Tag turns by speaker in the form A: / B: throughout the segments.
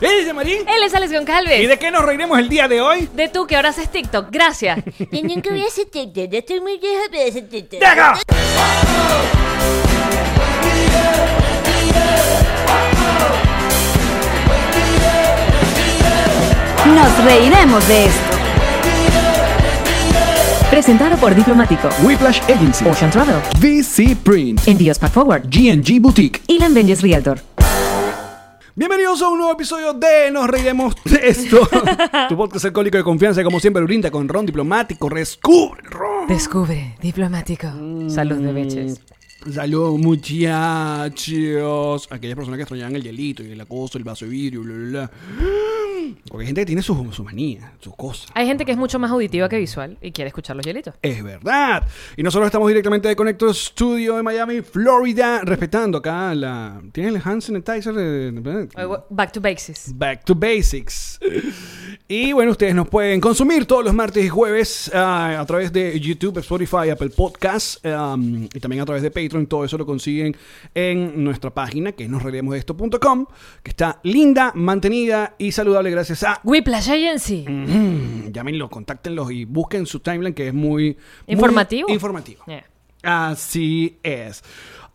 A: ¡Ey, Yamarín!
B: Él es Alex Goncalves.
A: ¿Eh, ¿Y de qué nos reiremos el día de hoy?
B: De tú que ahora haces TikTok. Gracias.
C: Yo nunca voy a hacer TikTok, yo estoy muy vieja para hacer TikTok.
A: ¡Deja!
D: Nos reiremos de esto. Presentado por Diplomático,
E: Whiplash Agency,
D: Ocean Travel,
E: VC Print,
D: Envíos Pack Forward,
E: GNG Boutique.
D: y Benjes Realtor.
A: Bienvenidos a un nuevo episodio de Nos Reiremos de esto. tu podcast alcohólico de confianza, como siempre, brinda con ron diplomático. Rescubre ron.
B: Descubre, diplomático. Salud de beches.
A: Saludos, muchachos. Aquellas personas que extrañaban el hielito y el acoso, el vaso de vidrio, bla, bla, bla. Porque hay gente que tiene sus sus manías, sus cosas.
B: Hay gente que es mucho más auditiva que visual y quiere escuchar los hielitos.
A: Es verdad. Y nosotros estamos directamente de Connector Studio de Miami, Florida, respetando acá la. ¿Tienes el hand sanitizer? de-
B: Back to basics.
A: Back to Basics. Y bueno, ustedes nos pueden consumir todos los martes y jueves ah, a través de YouTube, Spotify, Apple Podcasts um, y también a través de Patreon. Todo eso lo consiguen en nuestra página que es nosreliemosdeesto.com, que está linda, mantenida y saludable gracias a...
B: Whiplash Agency.
A: Mm, llámenlo, contáctenlos y busquen su timeline que es muy... muy
B: Informativo.
A: informativo.
B: Yeah.
A: Así es.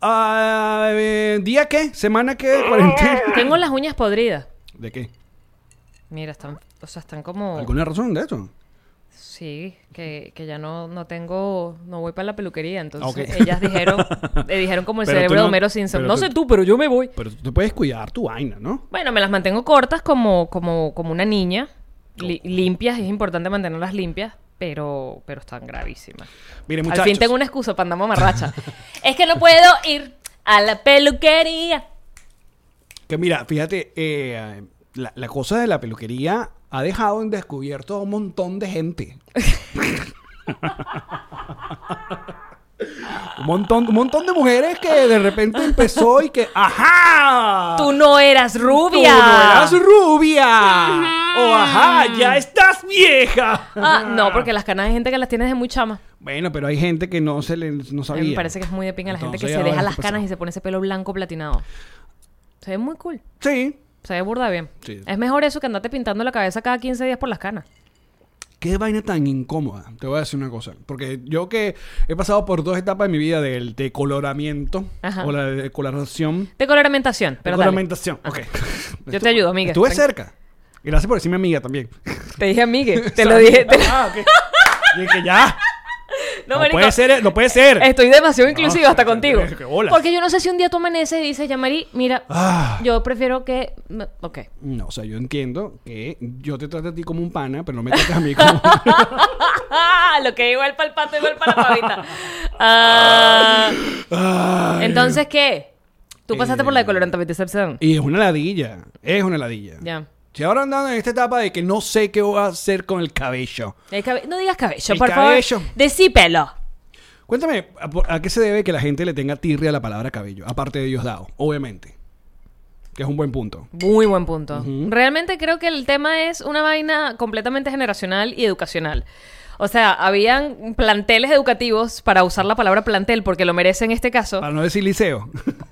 A: Ah, eh, ¿Día qué? ¿Semana qué? ¿Cuarentena?
B: Tengo las uñas podridas.
A: ¿De qué?
B: Mira, están, o sea, están como...
A: ¿Alguna razón de eso?
B: Sí, que, que ya no, no tengo, no voy para la peluquería, entonces
A: Ok.
B: ellas dijeron, le dijeron como el
A: Pero tú
B: cerebro
A: no-
B: de Homero Simpson,
A: pero
B: no
A: tú-
B: sé tú, pero yo me voy.
A: Pero tú te puedes cuidar tu vaina, ¿no?
B: Bueno, me las mantengo cortas como, como, como una niña, li- limpias, es importante mantenerlas limpias, pero, pero están gravísimas.
A: Miren,
B: Al fin
A: muchachos.
B: tengo una excusa para andar mamarracha. es que no puedo ir a la peluquería.
A: Que mira, fíjate, eh, la, la cosa de la peluquería ha dejado en descubierto a un montón de gente. un, montón, un montón de mujeres que de repente empezó y que, ¡ajá!
B: Tú no eras
A: ¡Tú no
B: rubia.
A: eras rubia! ¡O ajá, ya estás vieja!
B: Ah, no, porque las canas hay gente que las tiene desde muy chama.
A: Bueno, pero hay gente que no se le no
B: A
A: sabía.
B: mí me parece que es muy de pinga la gente que
A: Entonces,
B: se
A: ahora
B: deja
A: es
B: las
A: que
B: canas
A: pasa.
B: y se pone ese pelo blanco platinado. Se ve muy cool.
A: Sí.
B: Se ve burda bien.
A: Sí.
B: Es mejor eso que andarte pintando la cabeza cada 15 días por las canas.
A: Qué vaina tan incómoda. Te voy a decir una cosa. Porque yo que he pasado por dos etapas de mi vida del decoloramiento
B: Ajá.
A: o la decoloración.
B: De coloramentación, pero dale.
A: Decoloramentación. Ok.
B: Yo te ayudo, amiga.
A: Estuve
B: Tranqui-
A: cerca. Gracias por decirme amiga también.
B: Te dije amigue. Te lo dije. te lo-
A: Ah, ok. Dije, ya. No,
B: marico,
A: puede ser, no puede ser.
B: Estoy demasiado inclusivo
A: No,
B: hasta
A: qué-
B: contigo.
A: qué bolas.
B: Porque yo no sé si un día tú amaneces y dices, Yamari, mira,
A: Ah.
B: yo prefiero que... me- Ok.
A: No, o sea, yo entiendo que yo te trato a ti como un pana, pero no me trates a mí como.
B: Ah, lo que igual para el pato, igual para la pavita. Ah,
A: Ay.
B: Entonces, ¿qué? Tú pasaste
A: Eh.
B: por la de colorantamenticepción.
A: Y es una ladilla. Es una ladilla.
B: Ya.
A: Si ahora andando en esta etapa de que no sé qué voy a hacer con el cabello.
B: El cabe- No digas cabello,
A: El
B: por
A: cabello.
B: favor. Decí pelo.
A: Cuéntame, ¿a, por- a qué se debe que la gente le tenga tirria a la palabra cabello? Aparte de Diosdado, obviamente. Que es un buen punto.
B: Muy buen punto. Realmente creo que el tema es una vaina completamente generacional y educacional. O sea, habían planteles educativos para usar la palabra plantel porque lo merece en este caso.
A: Para no decir liceo.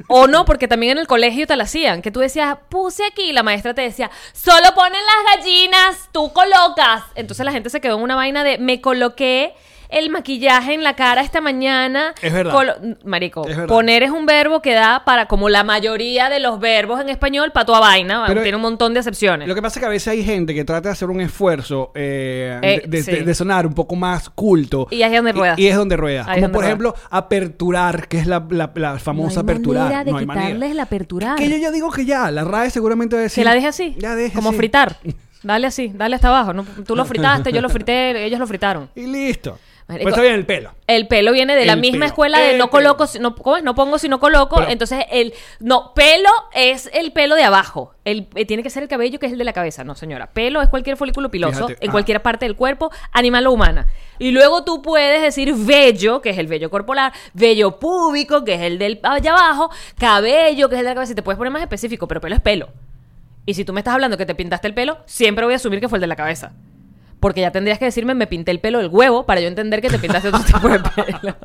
B: O no, porque también en el colegio te la hacían. Que tú decías, puse aquí, y la maestra te decía, solo ponen las gallinas, tú colocas. Entonces la gente se quedó en una vaina de, me coloqué el maquillaje en la cara esta mañana.
A: Es verdad.
B: Colo- Marico,
A: Es verdad.
B: poner es un verbo que da para, como la mayoría de los verbos en español, para toda vaina.
A: Pero-
B: tiene un montón de acepciones.
A: Lo que pasa es que a veces hay gente que trata de hacer un esfuerzo eh,
B: Eh,
A: de, de-
B: sí.
A: de sonar un poco más culto.
B: Y ahí es donde rueda.
A: Y, y es donde rueda.
B: Ahí
A: Como
B: es donde
A: por
B: rueda.
A: ejemplo, aperturar, que es la, la- la famosa aperturar.
B: manera de
A: no hay
B: quitarles la aperturar.
A: Que yo ya digo que ya, la RAE seguramente va a decir.
B: Ah. Que la deje así.
A: Ya deje
B: como
A: así.
B: fritar. Dale así, dale hasta abajo. No, tú lo fritaste, yo lo frité, ellos lo fritaron.
A: Y listo.
B: Marico.
A: Pues está bien el pelo.
B: El pelo viene de la
A: El
B: misma
A: pelo.
B: escuela de
A: El
B: no
A: pelo.
B: coloco, si- no, ¿cómo es? no pongo si no coloco.
A: Pero-
B: entonces, el no, pelo es el pelo de abajo. El, eh, tiene que ser el cabello que es el de la cabeza. No, señora. Pelo es cualquier folículo piloso
A: Fíjate,
B: en
A: ah.
B: cualquier parte del cuerpo, animal o humana. Y luego tú puedes decir vello, que es el vello corporal, vello púbico, que es el del allá abajo, cabello, que es el de la cabeza. Y te puedes poner más específico, pero pelo es pelo. Y si tú me estás hablando que te pintaste el pelo, siempre voy a asumir que fue el de la cabeza. Porque ya tendrías que decirme, me pinté el pelo del huevo para yo entender que te pintaste otro tipo de pelo.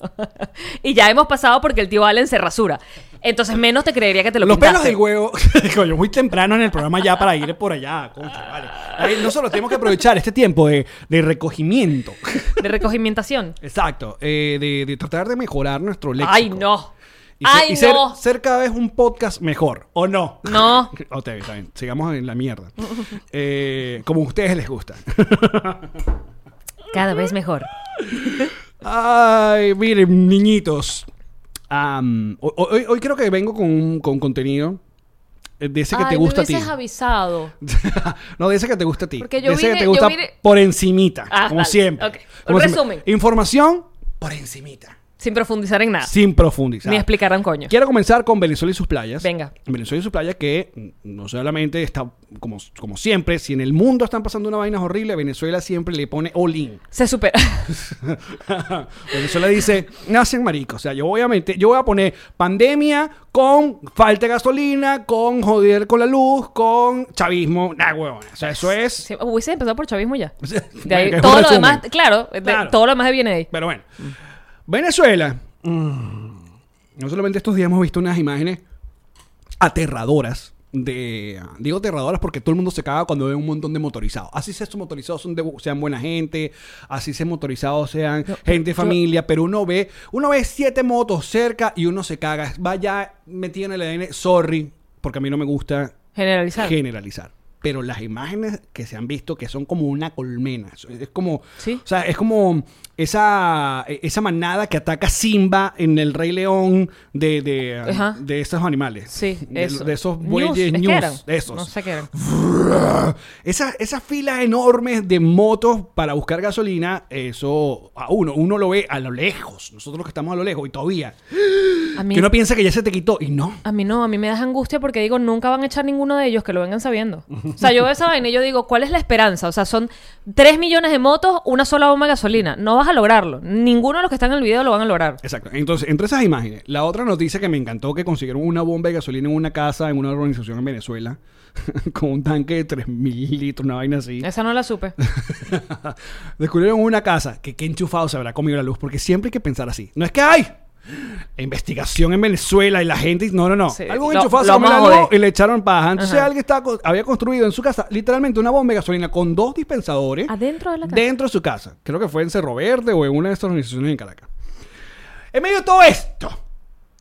B: y ya hemos pasado porque el tío Allen se rasura. Entonces menos te creería que te lo
A: Los pelos
B: pintaste.
A: del huevo. Coño, muy temprano en el programa ya para ir por allá. Concha, vale. Ay, Nosotros tenemos que aprovechar este tiempo de, de recogimiento.
B: De recogimientación.
A: Exacto. eh, de, de tratar de mejorar nuestro léxico.
B: Ay, no.
A: Y, se-
B: Ay,
A: y ser,
B: no.
A: ser cada vez un podcast mejor, ¿o no?
B: No.
A: Ok, está bien. Sigamos en la mierda. Eh, como a ustedes les gusta.
B: Cada vez mejor.
A: Ay, miren, niñitos. Am, ho- ho- hoy, hoy creo que vengo con, un- con contenido eh, de ese que te gusta a ti.
B: avisado.
A: no, de ese que te gusta a ti.
B: Porque yo
A: de ese
B: vine-
A: que te
B: yo
A: gusta
B: vine-
A: por encimita,
B: Ah,
A: como
B: vale.
A: siempre.
B: Ok.
A: Como
B: Un
A: siempre.
B: resumen.
A: Información por encimita,
B: Sin profundizar en nada.
A: sin profundizar.
B: Ni explicar a un coño.
A: Quiero comenzar con Venezuela y sus playas.
B: Venga.
A: Venezuela y sus playas que mm, no solamente está, como, como siempre, si en el mundo están pasando una vaina horrible, Venezuela siempre le pone all in.
B: Se supera.
A: Venezuela dice, nacen maricos. O sea, yo voy a meter- yo voy a poner pandemia con falta de gasolina, con joder con la luz, con chavismo. Nah, huevona. O sea, eso es...
B: Se- Hubiese empezado por chavismo ya. De ahí,
A: que es un
B: todo lo
A: resumen.
B: demás, claro, de-
A: Claro.
B: todo lo demás viene de ahí.
A: Pero bueno. Venezuela. Mm. No solamente estos días hemos visto unas imágenes aterradoras. De, digo aterradoras porque todo el mundo se caga cuando ve un montón de motorizados. Así sea, estos motorizados son de bu- sean buena gente, así sean motorizados sean gente de familia, pero uno ve, uno ve siete motos cerca y uno se caga. Vaya metido en el ADN, sorry, porque a mí no me gusta
B: Generalizar.
A: generalizar. Pero las imágenes que se han visto que son como una colmena. Es- Es como.
B: Sí.
A: O sea, es como esa, e, esa manada que ataca Simba en el Rey León de, de,
B: Ajá.
A: de esos animales.
B: sí,
A: De,
B: eso.
A: de esos
B: News,
A: bueyes
B: ¿es que
A: news.
B: eran?
A: de esos.
B: No sé qué eran.
A: Esa- Esas filas enormes de motos para buscar gasolina, eso a uno, uno lo ve a lo lejos. Nosotros que estamos a lo lejos y todavía.
B: A mí,
A: Que uno piensa que ya se te quitó y no.
B: a mí no, a mí me das angustia porque digo, nunca van a echar ninguno de ellos que lo vengan sabiendo. O sea, yo veo esa vaina y yo digo, ¿cuál es la esperanza? O sea, son 3 millones de motos, una sola bomba de gasolina. No vas a lograrlo. Ninguno de los que están en el video lo van a lograr.
A: Exacto. Entonces, entre esas imágenes, la otra noticia que me encantó que consiguieron una bomba de gasolina en una casa, en una urbanización en Venezuela, con un tanque de 3.000 litros, una vaina así.
B: Esa no la supe.
A: Descubrieron una casa que qué enchufado se habrá comido la luz, porque siempre hay que pensar así. No es que hay investigación en Venezuela y la gente. No, no, no.
B: Sí,
A: Algo
B: lo-
A: enchufado se
B: lo
A: comió la
B: vamos a
A: luz
B: joder.
A: y le echaron paja. Entonces
B: Ajá.
A: alguien estaba, co- había construido en su casa literalmente una bomba de gasolina con dos dispensadores.
B: Adentro de la casa.
A: Dentro de su casa. Creo que fue en Cerro Verde o en una de estas organizaciones en Caracas. En medio de todo esto,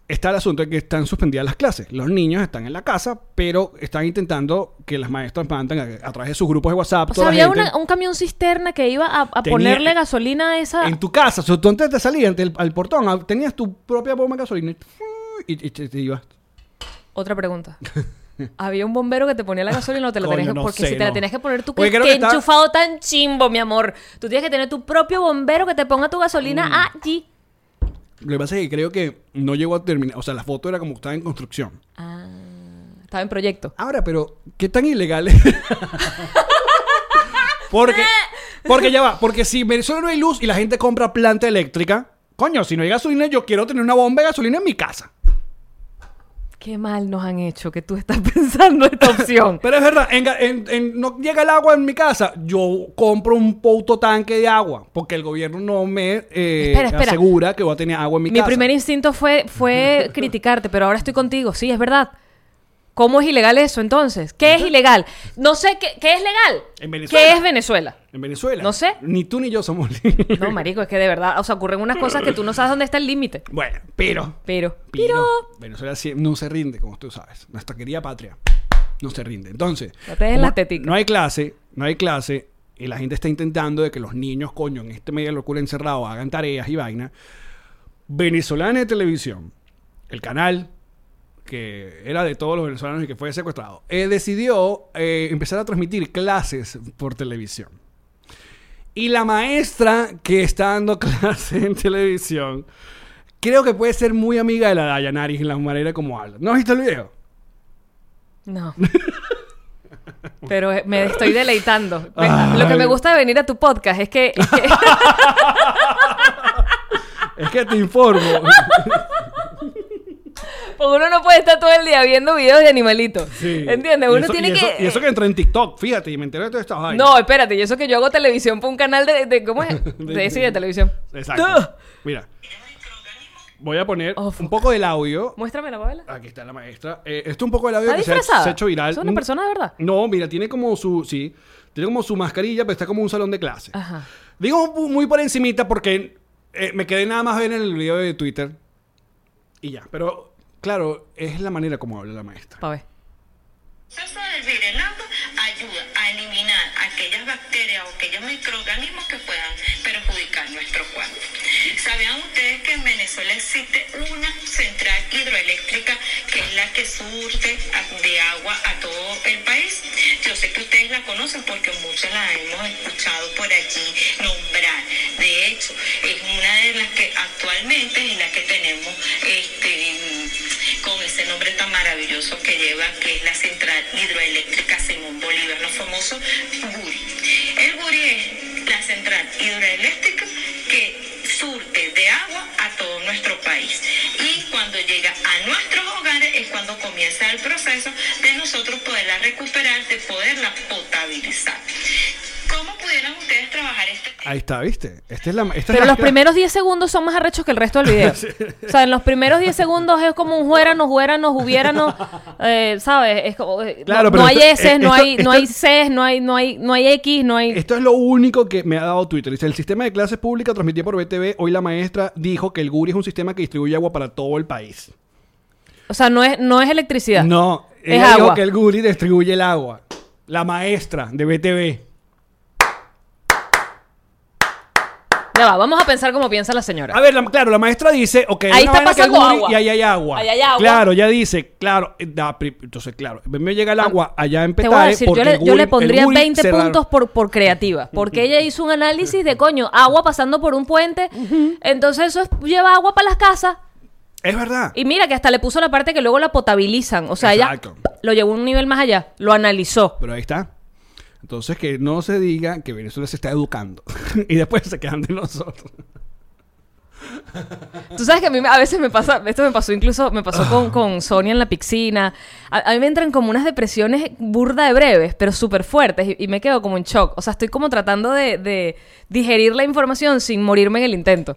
A: está el asunto de que están suspendidas las clases. Los niños están en la casa, pero están intentando que las maestras manden a, a través de sus grupos de WhatsApp.
B: O sea,
A: toda la
B: había
A: gente.
B: una- un camión cisterna que iba a,
A: Tenía-
B: a
A: e-
B: ponerle gasolina a esa.
A: En tu casa, o sea, tú antes de salir ante el- al portón, ah, tenías tu propia bomba de gasolina y, y te, te ibas.
B: Otra pregunta. Había un bombero que te ponía la gasolina o te la
A: Coño,
B: tenías que,
A: no
B: porque
A: sé,
B: si te la
A: no.
B: tenías que poner tú
A: Porque
B: que,
A: creo
B: que
A: que está-
B: enchufado tan chimbo, mi amor. Tú tienes que tener tu propio bombero que te ponga tu gasolina
A: Mm.
B: allí.
A: Lo que pasa es que creo que no llegó a terminar. O sea, la foto era como que estaba en construcción.
B: Ah, estaba en proyecto.
A: Ahora, pero, ¿qué tan ilegal es? porque, porque ya va, porque si en Venezuela no hay luz y la gente compra planta eléctrica, coño, si no hay gasolina, yo quiero tener una bomba de gasolina en mi casa.
B: Qué mal nos han hecho que tú estás pensando esta opción.
A: Pero es verdad, en ga- en- en- no llega el agua en mi casa, yo compro un puto tanque de agua, porque el gobierno no me eh,
B: Espera, espera.
A: asegura que voy a tener agua en mi,
B: Mi
A: casa.
B: primer instinto fue, fue criticarte, pero ahora estoy contigo. Sí, es verdad. ¿Cómo es ilegal eso entonces? ¿Qué es ilegal? No sé qué, qué es legal.
A: En Venezuela.
B: ¿Qué es Venezuela?
A: En Venezuela.
B: No sé.
A: Ni tú ni yo somos
B: No, marico, es que de verdad, o sea, ocurren unas cosas que tú no sabes dónde está el límite.
A: Bueno, pero,
B: Pero,
A: pero.
B: pero,
A: Venezuela sí- no se rinde, como tú sabes. Nuestra querida patria. No se rinde. Entonces.
B: No te dejes
A: como
B: la tetica.
A: No hay clase, no hay clase. Y la gente está intentando de que los niños, coño, en este medio de locura encerrado, hagan tareas y vaina. Venezolana de televisión, el canal que era de todos los venezolanos y que fue secuestrado, eh, decidió eh, empezar a transmitir clases por televisión. Y la maestra que está dando clase en televisión, creo que puede ser muy amiga de la Dayanari en la manera como habla. ¿No has visto el video?
B: no. Pero eh, me estoy deleitando. Me- lo que
A: Ay.
B: me gusta de venir a tu podcast es que, es que-
A: Es que te informo.
B: pues uno no puede estar todo el día viendo videos de animalitos.
A: Sí.
B: ¿Entiendes?
A: Y
B: Uno
A: eso-
B: tiene
A: y eso-
B: que...
A: Y eso que entré en TikTok, fíjate, y me enteré de todas estas vainas.
B: No, espérate, y eso que yo hago televisión para un canal de, de- ¿Cómo es? De, sí, de televisión.
A: Exacto. Mira.
F: Tenemos microorganismos
A: Voy a poner
B: Oh,
A: un
B: fuck.
A: poco del audio.
B: Muéstrame la Pamela.
A: Aquí está la maestra. Eh, esto es un poco del audio
B: ¿Está
A: que se ha,
B: disfrazada?
A: se ha hecho viral.
B: ¿Es una
A: Mm,
B: persona de verdad?
A: No, mira, tiene como su... Sí, tiene como su mascarilla, pero está como un salón de clase.
B: Ajá.
A: Digo mu- muy por encimita porque eh, me quedé nada más ver en el video de Twitter. Y ya. Pero, claro, es la manera como habla la maestra.
B: Pa' ver.
F: proceso del virenato ayuda a eliminar aquellas bacterias o aquellos microorganismos que puedan perjudicar nuestro cuerpo. ¿Sabían ustedes que en Venezuela existe una central hidroeléctrica que es la que surte a- de agua a todo el país? Yo sé que ustedes la conocen porque muchos la hemos escuchado por aquí nombrar. De hecho, es una de las que actualmente es la que tenemos este, con ese nombre tan maravilloso que lleva, que es la central hidroeléctrica Simón Bolívar, los famosos Guri. El Guri es la central hidroeléctrica que surte de agua a todo nuestro país. Y cuando llega a nuestros hogares es cuando comienza el proceso de nosotros poderla recuperar, de poderla potabilizar. ¿Cómo pudieran ustedes trabajar este tema?
A: Ahí está, ¿viste? Esta es la, esta es
B: Pero
A: la
B: los
A: máscara-
B: primeros 10 segundos son más arrechos que el resto del video. O sea, en los primeros 10 segundos es como un juéranos, juéranos, hubiéranos, eh, ¿sabes? Es como, eh,
A: Claro,
B: no,
A: pero
B: no hay
A: esto-
B: S,
A: esto-
B: no hay, no
A: esto-
B: hay Cs, no hay, no hay, no hay X, no hay...
A: Esto es lo único que me ha dado Twitter. Dice, el sistema de clases públicas transmitido por BTV, hoy la maestra dijo que el Guri es un sistema que distribuye agua para todo el país.
B: O sea, no es, no es electricidad.
A: No,
B: Es
A: ella dijo
B: agua.
A: que el Guri distribuye el agua. La maestra de BTV.
B: Ya va, vamos a pensar como piensa la señora.
A: A ver, la- claro, la maestra dice, ok, hay
B: Ahí
A: una
B: está
A: vaina que
B: pasando
A: hay guri
B: agua.
A: Y ahí hay agua.
B: Ahí hay agua.
A: Claro, ya dice, claro. eh, da pri- entonces, claro, me llega el agua allá en
B: Ah, Te
A: Petare.
B: voy a decir, yo
A: porque
B: le,
A: el
B: yo
A: guri-
B: le
A: el
B: pondría
A: guri
B: 20
A: cerraron.
B: puntos por, por creativa, porque ella hizo un análisis de, coño, agua pasando por un puente, entonces eso es- lleva agua para las casas,
A: Es verdad.
B: Y mira que hasta le puso la parte que luego la potabilizan. O sea,
A: Exacto.
B: ella lo llevó a un nivel más allá. Lo analizó.
A: Pero ahí está. Entonces, que no se diga que Venezuela se está educando. y después se quedan de nosotros.
B: Tú sabes que a mí me- a veces me pasa, esto me pasó incluso, me pasó
A: Ah.
B: con, con Sonia en la piscina. A, a mí me entran como unas depresiones burda de breves, pero súper fuertes. Y, y me quedo como en shock. O sea, estoy como tratando de, de digerir la información sin morirme en el intento.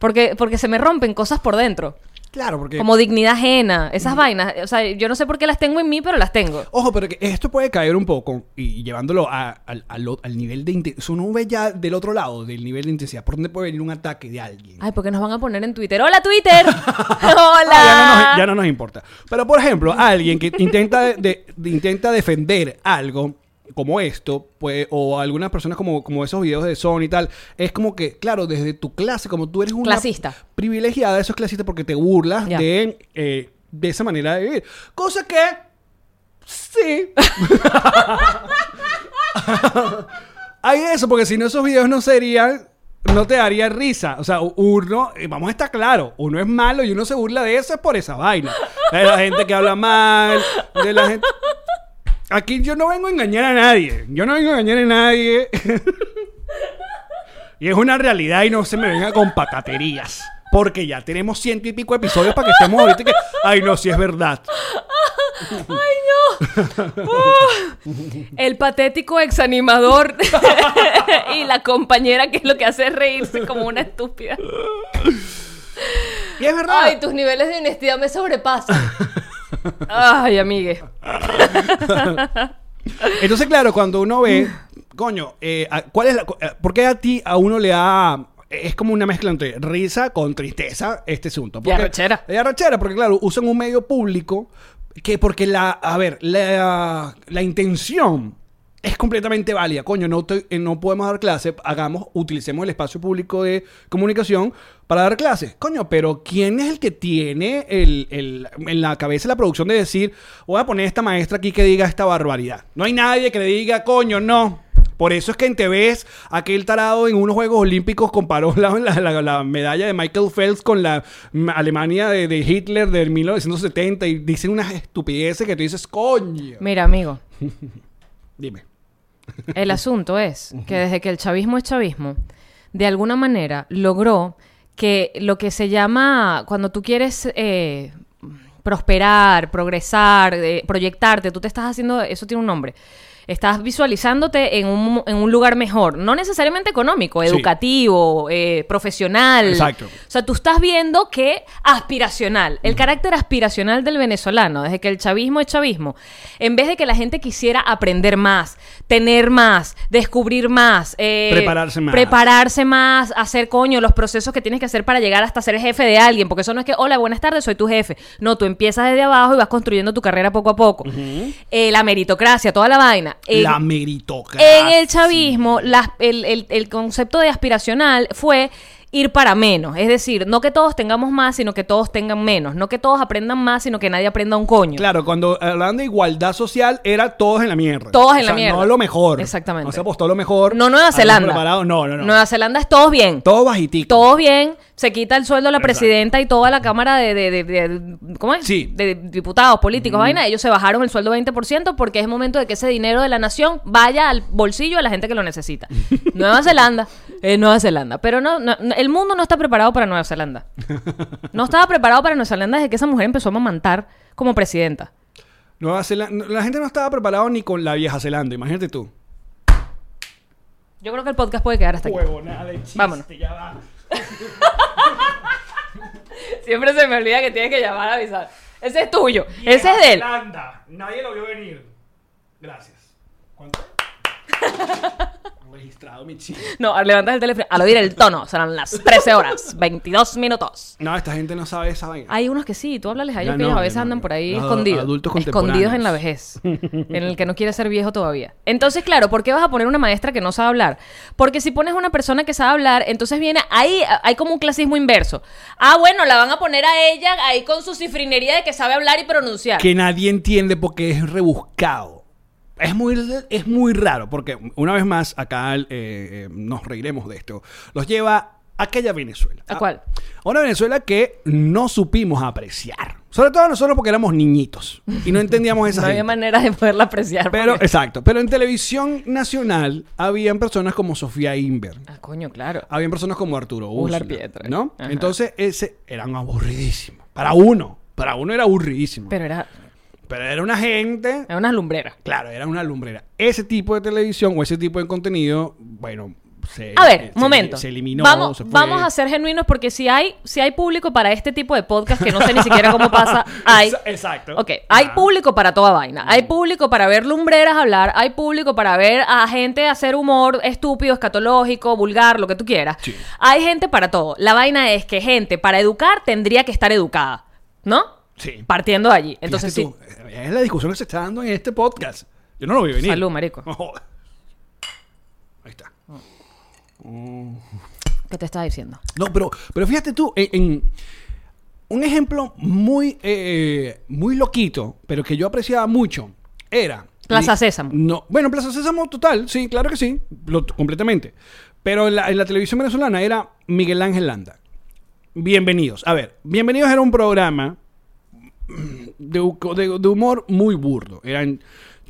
B: porque, porque se me rompen cosas por dentro.
A: Claro, porque.
B: Como dignidad ajena, esas vainas. O sea, yo no sé por qué las tengo en mí, pero las tengo.
A: Ojo, pero que esto puede caer un poco y llevándolo a- al, al o- al nivel de intensidad. Uno ve ya del otro lado, del nivel de intensidad. ¿Por dónde puede venir un ataque de alguien?
B: Ay, porque nos van a poner en Twitter. ¡Hola, Twitter!
A: Ah,
B: ¡Hola!
A: ya, no nos, ya no nos importa. Pero, por ejemplo, alguien que intenta, de- de- de- intenta defender algo como esto, pues, o algunas personas como, como esos videos de Sony y tal, es como que, claro, desde tu clase, como tú eres una
B: Clasista.
A: privilegiada, eso es clasista porque te burlas
B: Ya.
A: de, eh, de esa manera de vivir. Cosa que, sí. Hay eso, porque si no esos videos no serían, no te daría risa. O sea, uno, eh, vamos a estar claro, uno es malo y uno se burla de eso es por esa vaina. De la gente que habla mal, de la gente... Aquí yo no vengo a engañar a nadie. Yo no vengo a engañar a nadie. y es una realidad y no se me venga con pacaterías. Porque ya tenemos ciento y pico episodios para que estemos ahorita y que, ay no, si es verdad.
B: El patético exanimador y la compañera que lo que hace es reírse como una estúpida.
A: Y es verdad.
B: Ay, tus niveles de honestidad me sobrepasan. Ay, amigue.
A: Entonces, claro, cuando uno ve, coño, eh, a- ¿cuál es la, cu- eh, ¿por qué a ti a uno le da... Es como una mezcla entre risa con tristeza este asunto. Porque-
B: arrechera.
A: Y arrechera, porque claro, usan un medio público que porque la, a ver, la, la intención es completamente válida. Coño, no, te- eh, no podemos dar clase, hagamos, utilicemos el espacio público de comunicación para dar clases. Coño, pero ¿quién es el que tiene el- el- en la cabeza la producción de decir, voy a poner esta maestra aquí que diga esta barbaridad? No hay nadie que le diga, coño, no. Por eso es que en TVs aquel tarado en unos Juegos Olímpicos comparó la, la- la- la medalla de Michael Phelps con la mm, Alemania de, de Hitler del 1970 y dicen unas estupideces que tú dices, coño.
B: Mira, amigo,
A: Dime.
B: el asunto es que desde que el chavismo es chavismo, de alguna manera logró que lo que se llama, cuando tú quieres eh, prosperar, progresar, eh, proyectarte, tú te estás haciendo, eso tiene un nombre. Estás visualizándote en un, en un lugar mejor, no necesariamente económico, educativo, eh, profesional.
A: Exacto.
B: O sea, tú estás viendo que aspiracional, el carácter aspiracional del venezolano, desde que el chavismo es chavismo, en vez de que la gente quisiera aprender más, tener más, descubrir más, eh,
A: Prepararse más.
B: prepararse más, hacer coño los procesos que tienes que hacer para llegar hasta ser jefe de alguien, porque eso no es que, hola, buenas tardes, soy tu jefe. No, tú empiezas desde abajo y vas construyendo tu carrera poco a poco. Eh, la meritocracia, toda la vaina. Eh,
A: la meritocracia.
B: en el chavismo, las- el, el- el concepto de aspiracional fue ir para menos. Es decir, no que todos tengamos más, sino que todos tengan menos. No que todos aprendan más, sino que nadie aprenda un coño.
A: Claro, cuando hablaban de igualdad social, era todos en la mierda.
B: Todos en
A: O sea,
B: la mierda.
A: No lo mejor.
B: Exactamente.
A: No se apostó a lo mejor.
B: No Nueva
A: a lo
B: Zelanda.
A: preparado. No, no, no.
B: Nueva Zelanda es todos bien.
A: Todo bajitico.
B: Todos bien. Se quita el sueldo a la
A: Exacto.
B: presidenta y toda la cámara de, de- de- de- ¿cómo es?
A: Sí.
B: De diputados, políticos, vaina. Ellos se bajaron el sueldo 20% porque es momento de que ese dinero de la nación vaya al bolsillo a la gente que lo necesita. Nueva Zelanda. eh, Nueva Zelanda. Pero no, no- no- el mundo no está preparado para Nueva Zelanda. No estaba preparado para Nueva Zelanda desde que esa mujer empezó a mamantar como presidenta.
A: Nueva Zelanda. La gente no estaba preparada ni con la vieja Zelanda, imagínate tú.
B: Yo creo que el podcast puede quedar hasta aquí.
A: Huevonada de chiste,
B: Vámonos.
A: ya va.
B: Siempre se me olvida que tienes que llamar a avisar. Ese es tuyo. Ese es de él.
A: Zelanda. Nadie lo vio venir. Gracias. ¿Cuánto? Registrado mi chiste.
B: No, levantas el teléfono. Al oír el tono, serán las 13 horas, 22 minutos.
A: No, esta gente no sabe esa vaina.
B: Hay unos que sí, tú háblales a ellos
A: Ya
B: que ellos
A: Ah, no,
B: a
A: ya
B: veces
A: no,
B: andan
A: ya.
B: por ahí
A: Los
B: escondidos.
A: adultos
B: escondidos en la
A: contemporáneos.
B: vejez. en el que no quiere ser viejo todavía. Entonces, claro, ¿por qué vas a poner una maestra que no sabe hablar? Porque si pones una persona que sabe hablar, entonces viene ahí, hay como un clasismo inverso. Ah, bueno, la van a poner a ella ahí con su cifrinería de que sabe hablar y pronunciar.
A: que nadie entiende porque es rebuscado. Es muy, es muy raro, porque una vez más, acá eh, eh, nos reiremos de esto. Los lleva a aquella Venezuela.
B: ¿A cuál?
A: A una Venezuela que no supimos apreciar. Sobre todo nosotros porque éramos niñitos y no entendíamos esa
B: No había
A: gente.
B: manera de poderla apreciar.
A: Pero,
B: porque-
A: exacto. Pero en televisión nacional habían personas como Sofía Inver.
B: Ah, coño, claro.
A: Habían personas como Arturo
B: Uslar
A: Uslar,
B: Pietra.
A: ¿no?
B: Ajá.
A: Entonces, ese eran aburridísimos. Para uno. Para uno era aburridísimo. Pero,
B: Pero Ah. era,
A: era una gente...
B: era una lumbrera.
A: Claro, era una lumbrera. Ese tipo de televisión o ese tipo de contenido, bueno, se...
B: A ver,
A: Eh, se-
B: momento.
A: Se eliminó.
B: Vamos,
A: se fue.
B: vamos a ser genuinos porque si hay, si hay público para este tipo de podcast que no sé ni siquiera cómo pasa, hay.
A: Exacto.
B: Ok, hay
A: Ajá.
B: público para toda vaina. Hay público para ver lumbreras hablar. Hay público para ver a gente hacer humor estúpido, escatológico, vulgar, lo que tú quieras.
A: Sí.
B: Hay gente para todo. La vaina es que gente para educar tendría que estar educada, ¿no?
A: Sí.
B: Partiendo de allí. Entonces sí.
A: Fíjate este tú, eh, Es la discusión que se está dando en este podcast. Yo no lo vi venir.
B: Salud, marico.
A: No jodas. Ahí está.
B: ¿Qué te estaba diciendo?
A: No, pero, pero fíjate tú, en, en un ejemplo muy, eh, muy loquito, pero que yo apreciaba mucho, era...
B: Plaza
A: Ni-
B: Sésamo.
A: No, bueno, Plaza Sésamo total, sí, claro que sí, lo- completamente. Pero en la, en la televisión venezolana era Miguel Ángel Landa. Bienvenidos. A ver, Bienvenidos era un programa de, hu- de- de humor muy burdo. Eran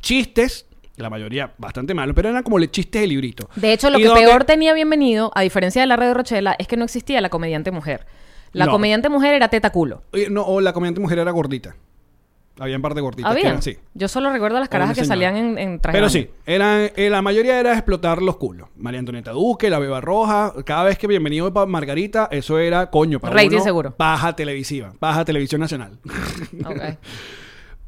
A: chistes, la mayoría bastante malos, pero eran como le- chistes de librito.
B: De hecho, lo
A: Y
B: que
A: donde-
B: peor tenía Bienvenido, a diferencia de la radio Rochela, es que no existía la comediante mujer. La
A: No.
B: comediante mujer era teta culo.
A: Oye, No, o la comediante mujer era gordita. Había en parte gordita. que
B: ¿Había?
A: eran- sí.
B: Yo solo recuerdo a las
A: Era
B: carajas
A: una
B: que
A: señora.
B: salían en, en traje
A: Pero
B: de
A: sí,
B: baño.
A: eran, eh, la mayoría era explotar los culos. María Antonieta Duque, la Beba Roja. Cada vez que bienvenido para Margarita, eso era coño para
B: Rating
A: uno,
B: seguro.
A: Paja televisiva, paja televisión nacional.
B: Ok.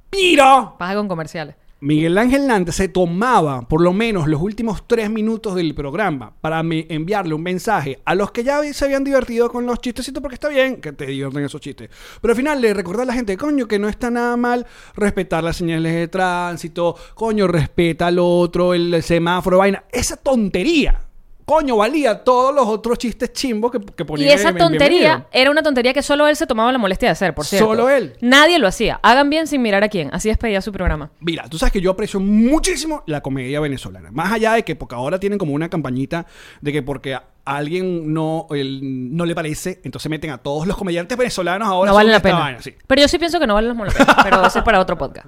A: Pero
B: Paja con comerciales.
A: Miguel Ángel Landa se tomaba por lo menos los últimos tres minutos del programa para me- enviarle un mensaje a los que ya se habían divertido con los chistecitos, porque está bien que te divierten esos chistes. Pero al final le recordar a la gente, coño, que no está nada mal respetar las señales de tránsito, coño, respeta al otro, el semáforo, vaina. Esa tontería, coño, valía todos los otros chistes chimbos que, que
B: Y
A: ponían en
B: esa
A: el Bienvenido.
B: tontería era una tontería que solo él se tomaba la molestia de hacer, por cierto.
A: Solo él.
B: Nadie lo hacía. Hagan bien sin mirar a quién. Así despedía su programa.
A: Mira, tú sabes que yo aprecio muchísimo la comedia venezolana. Más allá de que, porque ahora tienen como una campañita de que porque a alguien no, el- no le parece, entonces meten a todos los comediantes venezolanos ahora.
B: no
A: son
B: vale la
A: esta
B: pena.
A: vaina, sí.
B: Pero yo sí pienso que no vale la pena. Pero eso es para otro podcast.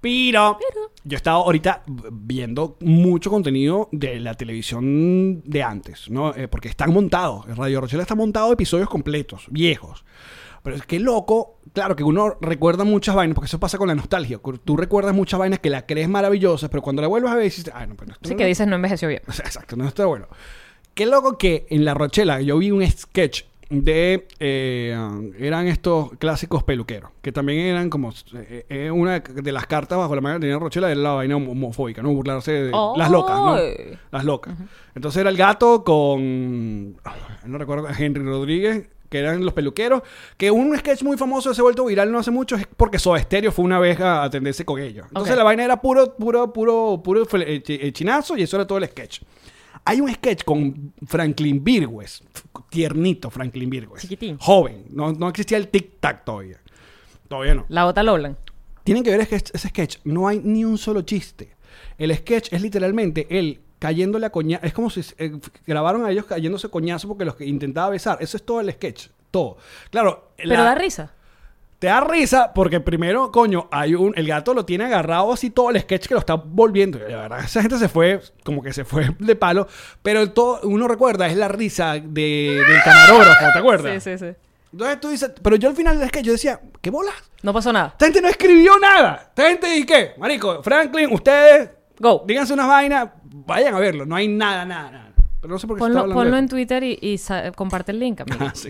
A: Pero, yo estaba ahorita viendo mucho contenido de la televisión de antes, ¿no? Eh, porque están montados. En Radio Rochela está montado episodios completos, viejos. Pero es que loco, claro que uno recuerda muchas vainas, porque eso pasa con la nostalgia. Cu- Tú recuerdas muchas vainas que la crees maravillosas, pero cuando la vuelves a ver dices, ay, no, pero esto
B: Así
A: no-
B: que dices, no envejeció bien.
A: o sea, exacto, no está bueno. Qué loco que en La Rochela yo vi un sketch de... eh, eran estos clásicos peluqueros, que también eran como... eh, eh, una de las cartas bajo la manga que tenía Rochela era la vaina homofóbica, ¿no? Burlarse de
B: ¡Ay!
A: las locas, ¿no? Las locas. Entonces era el gato con... No recuerdo, Henry Rodríguez que eran los peluqueros, que un sketch muy famoso se ha vuelto viral no hace mucho, es porque Soda Stereo fue una vez a atenderse con ellos. Entonces
B: Ok.
A: la vaina era puro, puro, puro, puro fle- eh, chi- eh, chinazo y eso era todo el sketch. Hay un sketch con Franklin Virgües, f- tiernito Franklin Virgües.
B: Chiquitín.
A: Joven, no, no existía el tic-tac todavía. Todavía no.
B: La bota Lowland.
A: Tienen que ver sketch- ese sketch. No hay ni un solo chiste. El sketch es literalmente él cayéndole a coñazo. Es como si eh, f- grabaron a ellos cayéndose coñazo porque los que intentaba besar. Eso es todo el sketch. Todo. Claro.
B: Pero
A: la-
B: da risa.
A: te da risa porque primero, coño, hay un, el gato lo tiene agarrado así todo el sketch que lo está volviendo. Y La verdad, esa gente se fue, como que se fue de palo. Pero el todo, uno recuerda, es la risa de, del camarógrafo, ¿te acuerdas?
B: Sí, sí, sí.
A: Entonces tú dices, pero yo al final del sketch yo decía, ¿qué bolas?
B: No pasó nada.
A: Esta gente no escribió nada. Esta gente, ¿y qué? Marico, Franklin, ustedes,
B: Go.
A: díganse unas vainas, vayan a verlo. No hay nada, nada, nada. Pero no sé por qué se
B: Ponlo,
A: está hablando
B: ponlo
A: de
B: en
A: esto.
B: Twitter y, y sa- comparte el link, amigo.
A: Ah, sí.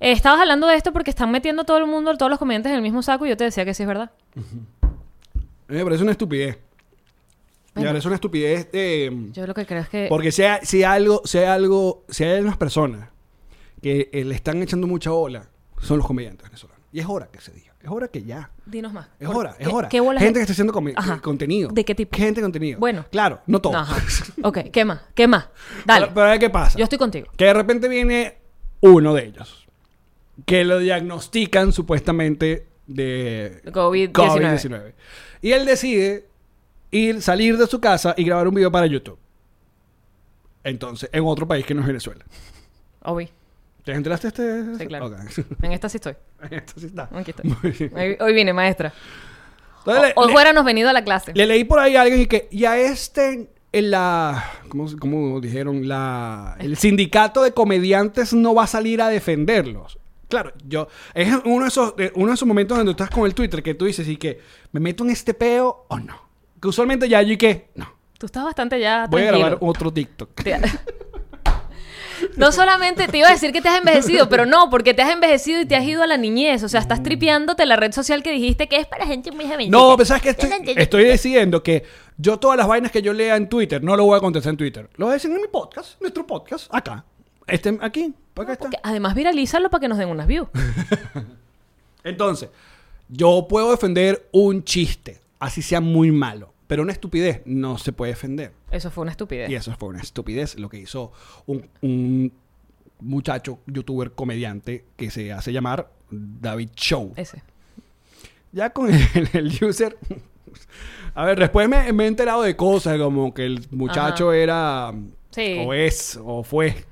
B: Eh, estabas hablando de esto porque están metiendo todo el mundo, todos los comediantes en el mismo saco y yo te decía que sí es verdad.
A: A mí Me parece una estupidez. Me
B: Bueno.
A: parece una estupidez de...
B: Yo lo que creo es que...
A: Porque si hay, si hay algo, si hay algo, si hay unas personas que eh, le están echando mucha ola, son los comediantes venezolanos. Y es hora que se diga. Es hora que ya.
B: Dinos más.
A: Es
B: ¿Por
A: hora, es
B: qué-
A: hora.
B: ¿Qué bolas
A: gente que
B: es?
A: está haciendo come-
B: Ajá.
A: eh, contenido.
B: ¿De qué tipo?
A: Gente de contenido.
B: Bueno.
A: Claro, no todo. Ah,
B: Ajá. Ok, ¿qué más? ¿Qué más? Dale.
A: Pero, pero a ver qué pasa.
B: Yo estoy contigo.
A: Que de repente viene uno de ellos. Que lo diagnostican supuestamente de
B: COVID-19.
A: Y él decide ir, salir de su casa y grabar un video para YouTube. Entonces, en otro país que no es Venezuela.
B: Obi.
A: ¿Te enteraste este?
B: Sí, claro.
A: Ok.
B: En esta sí estoy.
A: Esto sí está.
B: Aquí estoy.
A: Muy bien.
B: Hoy, hoy vine, maestra.
A: Entonces,
B: Hoy
A: le-
B: fuéramos venido a la clase.
A: Le leí por ahí a alguien y que ya este en la ¿cómo, se- cómo dijeron la el sindicato de comediantes no va a salir a defenderlos. Claro, yo es uno de esos de- uno de esos momentos donde tú estás con el Twitter que tú dices y que me meto en este peo o no. Que usualmente ya yo y que no.
B: Tú estás bastante ya
A: Voy a
B: tranquilo.
A: grabar otro TikTok.
B: Te- No solamente te iba a decir que te has envejecido, pero no, porque te has envejecido y te has ido a la niñez. O sea, estás tripeándote la red social que dijiste que es para gente muy joven.
A: No, pero sabes que estoy,
C: Ya lo entendí.
A: estoy decidiendo que yo todas las vainas que yo lea en Twitter no lo voy a contestar en Twitter. Lo voy a decir en mi podcast, nuestro podcast, acá. Este, aquí, acá está.
B: Que Además, viralízalo para que nos den unas views.
A: Entonces, yo puedo defender un chiste, así sea muy malo, pero una estupidez no se puede defender.
B: Eso fue una estupidez.
A: Y eso fue una estupidez lo que hizo un, un muchacho, youtuber, comediante que se hace llamar David Show.
B: Ese.
A: Ya con el, el user. A ver, después me, me he enterado de cosas como que el muchacho era.
B: Sí.
A: O es, o fue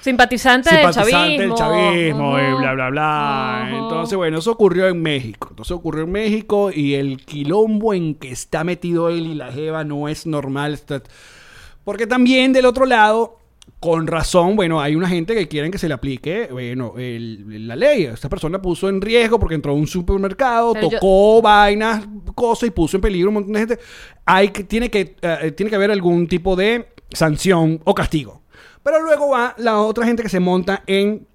B: Simpatizante,
A: simpatizante del
B: del chavismo.
A: chavismo y
B: Ujú.
A: bla, bla, bla.
B: Ujú.
A: Entonces, bueno, eso ocurrió en México. Entonces ocurrió en México y el quilombo en que está metido él y la jeva no es normal. Está- Porque también del otro lado, con razón, bueno, hay una gente que quieren que se le aplique, bueno, el- la ley. Esta persona puso en riesgo porque entró a un supermercado,
B: Pero yo-
A: tocó vainas, cosas y puso en peligro un montón de gente. Hay que, tiene, que, eh, tiene que haber algún tipo de sanción o castigo. Pero luego va la otra gente que se monta en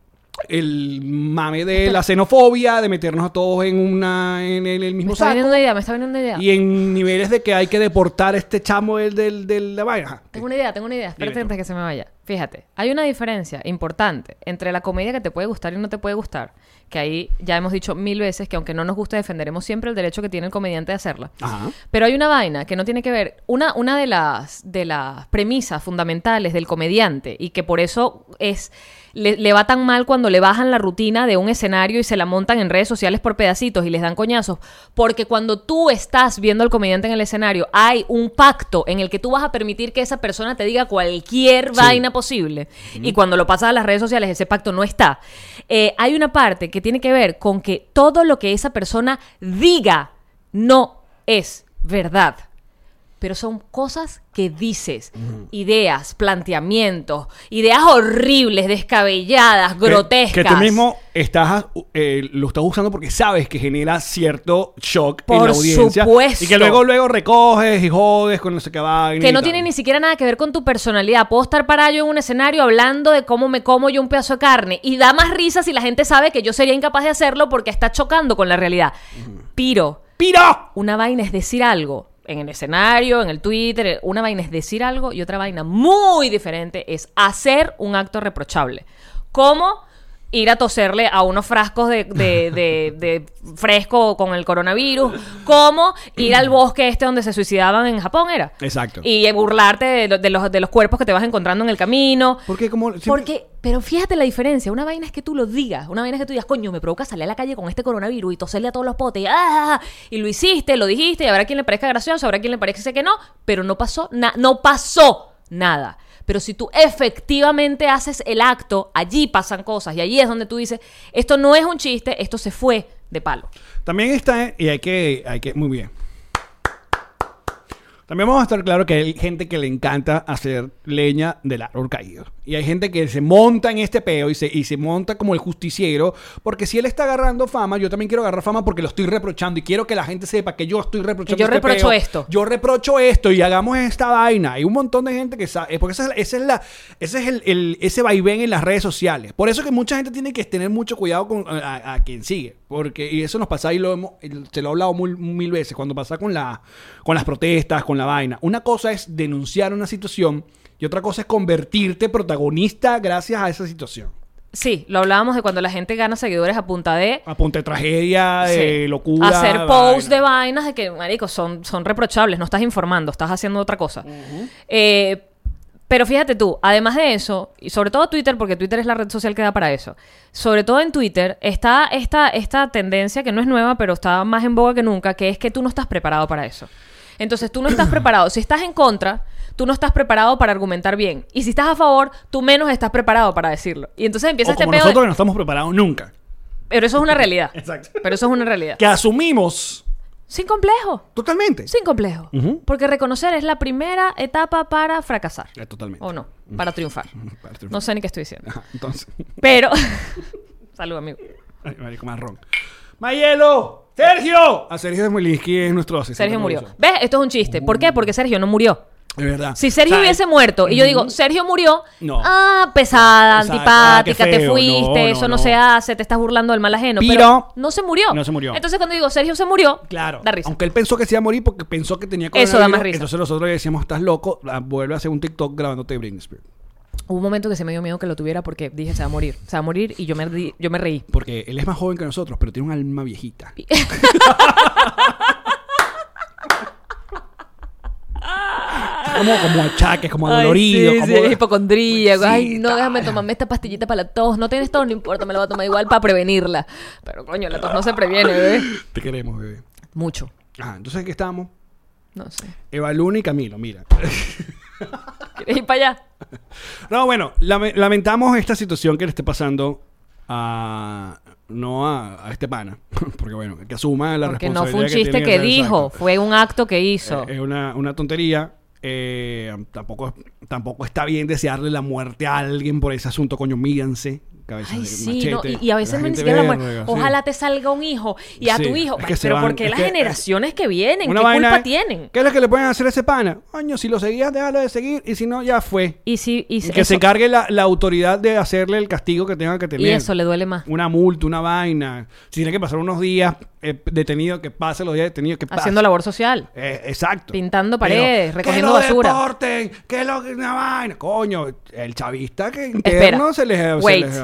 A: el mame de la xenofobia, de meternos a todos en una en el, el
B: Me
A: mismo
B: está
A: saco.
B: viniendo una idea, me está viniendo una idea.
A: Y en niveles de que hay que deportar a este chamo del, del, del- la vaina. Ajá.
B: Tengo una idea, tengo una idea.
A: Dime
B: Espérate
A: tú.
B: antes que se me vaya. Fíjate, hay una diferencia importante entre la comedia que te puede gustar y no te puede gustar. Que ahí ya hemos dicho mil veces que aunque no nos guste, defenderemos siempre el derecho que tiene el comediante de hacerla.
A: Ajá.
B: Pero hay una vaina que no tiene que ver. Una, una de, las, de las premisas fundamentales del comediante y que por eso es. Le, le va tan mal cuando le bajan la rutina de un escenario y se la montan en redes sociales por pedacitos y les dan coñazos. Porque cuando tú estás viendo al comediante en el escenario, hay un pacto en el que tú vas a permitir que esa persona te diga cualquier vaina posible. Y cuando lo pasas a las redes sociales, ese pacto no está. Eh, hay una parte que tiene que ver con que todo lo que esa persona diga no es verdad. Pero son cosas que dices, ideas, planteamientos, ideas horribles, descabelladas,
A: Que- Que
B: grotescas.
A: tú mismo estás, eh, lo estás usando porque sabes que genera cierto shock en
B: Por
A: la audiencia.
B: supuesto.
A: Y que luego, luego recoges y jodes con no sé qué vaina.
B: Que
A: y
B: no
A: tal.
B: tiene ni siquiera nada que ver con tu personalidad. Puedo estar parado yo en un escenario hablando de cómo me como yo un pedazo de carne. Y da más risa si la gente sabe que yo sería incapaz de hacerlo porque está chocando con la realidad. Piro,
A: ¡Piro!
B: una vaina es decir algo. En el escenario, en el Twitter, una vaina es decir algo y otra vaina muy diferente es hacer un acto reprochable. Como ir a toserle a unos frascos de, de- de- de fresco con el coronavirus, como ir al bosque este donde se suicidaban en Japón, ¿era?
A: Exacto.
B: Y eh, burlarte de, lo- de los, de los cuerpos que te vas encontrando en el camino.
A: Porque como siempre-
B: Porque, pero fíjate la diferencia. Una vaina es que tú lo digas. Una vaina es que tú digas, coño, me provoca salir a la calle con este coronavirus y toserle a todos los potes. Y, ¡ah! y lo hiciste, lo dijiste, y habrá quien le parezca gracioso, habrá quien le parezca que no, pero no pasó nada. No pasó nada. Pero si tú efectivamente haces el acto, allí pasan cosas. Y allí es donde tú dices, esto no es un chiste, esto se fue de palo.
A: También está, y hay que, hay que, muy bien. También vamos a estar claro que hay gente que le encanta hacer leña del árbol caído. Y hay gente que se monta en este peo y se, y se monta como el justiciero. Porque si él está agarrando fama, yo también quiero agarrar fama porque lo estoy reprochando. Y quiero que la gente sepa que yo estoy reprochando.
B: Yo
A: este
B: reprocho
A: peo.
B: esto.
A: Yo reprocho esto y hagamos esta vaina. Hay un montón de gente que sabe. Porque esa es, la- esa es la, ese es el, el- ese vaivén en las redes sociales. Por eso que mucha gente tiene que tener mucho cuidado con a, a quien sigue. Porque, y eso nos pasa y lo hemos, el- se lo he hablado mul- mil veces. Cuando pasa con, la, con las protestas, con la vaina. Una cosa es denunciar una situación y otra cosa es convertirte protagonista gracias a esa situación.
B: Sí, lo hablábamos de cuando la gente gana seguidores a punta de
A: Apunte de tragedia, de
B: Sí.
A: locura.
B: Hacer
A: de
B: posts
A: vaina.
B: de vainas de que, marico, son, son reprochables, no estás informando, estás haciendo otra cosa. Eh, pero fíjate tú, además de eso, y sobre todo Twitter, porque Twitter es la red social que da para eso, sobre todo en Twitter está esta, esta tendencia que no es nueva, pero está más en boga que nunca, que es que tú no estás preparado para eso. Entonces tú no estás preparado. Si estás en contra, tú no estás preparado para argumentar bien. Y si estás a favor, tú menos estás preparado para decirlo. Y entonces empieza
A: O
B: este
A: como
B: pedo. de-
A: nosotros que no estamos preparados nunca.
B: Pero eso es una realidad.
A: Exacto.
B: Pero eso es una realidad.
A: Que asumimos
B: Sin complejo.
A: totalmente.
B: Sin complejo.
A: Ujú.
B: Porque reconocer es la primera etapa para fracasar.
A: Eh, Totalmente.
B: O no, para triunfar.
A: Para triunfar.
B: No sé ni qué estoy diciendo.
A: Ajá, Entonces.
B: Pero. Salud, amigo.
A: Ay, marico, más ron. ¡Mayelo! ¡Sergio! A Sergio de Molinsky es nuestro asistente.
B: Sergio murió.
A: productor.
B: ¿Ves? Esto es un chiste. ¿Por qué? Porque Sergio no murió.
A: De verdad.
B: Si
A: O
B: Sergio
A: sea,
B: hubiese muerto y yo digo, Sergio murió,
A: No.
B: ah, pesada,
A: Exacto.
B: antipática,
A: Ah, qué
B: te
A: feo.
B: fuiste,
A: No, no,
B: eso no,
A: no.
B: se hace, te estás burlando del mal ajeno.
A: Pero-
B: pero no se murió.
A: No se murió.
B: Entonces cuando digo, Sergio se murió,
A: Claro.
B: da risa.
A: Aunque él pensó que se iba a morir porque pensó que tenía
B: Eso da más
A: coronavirus,
B: risa.
A: Entonces nosotros le decíamos, estás loco, ah, vuelve a hacer un TikTok grabándote Britney Spears.
B: Hubo un momento que se me dio miedo que lo tuviera porque dije, se va a morir. Se va a morir y yo me, ri- yo me reí.
A: Porque él es más joven que nosotros, pero tiene un alma viejita. como, como achaques, como
B: Ay,
A: dolorido.
B: sí,
A: como...
B: sí, es hipocondríaco. Ay, no,
A: Sí,
B: déjame
A: tal.
B: tomarme esta pastillita para la tos. No tienes tos, no importa, me la voy a tomar igual para prevenirla. Pero coño, la tos no se previene, bebé.
A: Te queremos, bebé.
B: Mucho.
A: Ah, entonces aquí estamos.
B: No sé.
A: Eva Luna y Camilo, mira.
B: ¿Quieres ir para allá?
A: No, bueno, lame- lamentamos esta situación que le esté pasando a. No a, a este pana. Porque bueno, que asuma la
B: Porque no
A: responsabilidad.
B: fue un chiste que,
A: tiene hacer,
B: dijo,
A: exacto.
B: fue un acto que hizo.
A: Eh, Es una, una tontería. Eh, tampoco, tampoco está bien desearle la muerte a alguien por ese asunto, coño, mídanse. Cabezas
B: Ay,
A: de
B: sí, no, y,
A: machete.
B: y a veces
A: La
B: no ni
A: gente
B: siquiera la
A: verga,
B: muerte.
A: sí.
B: Ojalá te salga un hijo y a
A: Sí,
B: tu hijo.
A: es que se
B: Pero
A: van,
B: porque
A: es
B: las
A: que-
B: generaciones que vienen,
A: Una
B: ¿qué
A: vaina
B: culpa
A: es-
B: tienen?
A: ¿Qué es lo que le pueden hacer a ese pana? Coño, si lo seguías, déjalo de seguir. Y si no, ya fue.
B: Y si, y si-
A: que se
B: eso-
A: encargue la, la autoridad de hacerle el castigo que tenga que tener.
B: y eso le duele más.
A: Una multa, una vaina. Si tiene que pasar unos días eh, detenido, que pase los días detenidos, que pase.
B: Haciendo labor social.
A: Eh, exacto.
B: Pintando paredes, recogiendo
A: que
B: basura.
A: lo deporten, que lo una vaina. Coño, el chavista que interno
B: Espera.
A: se les... se
B: Wait.
A: les-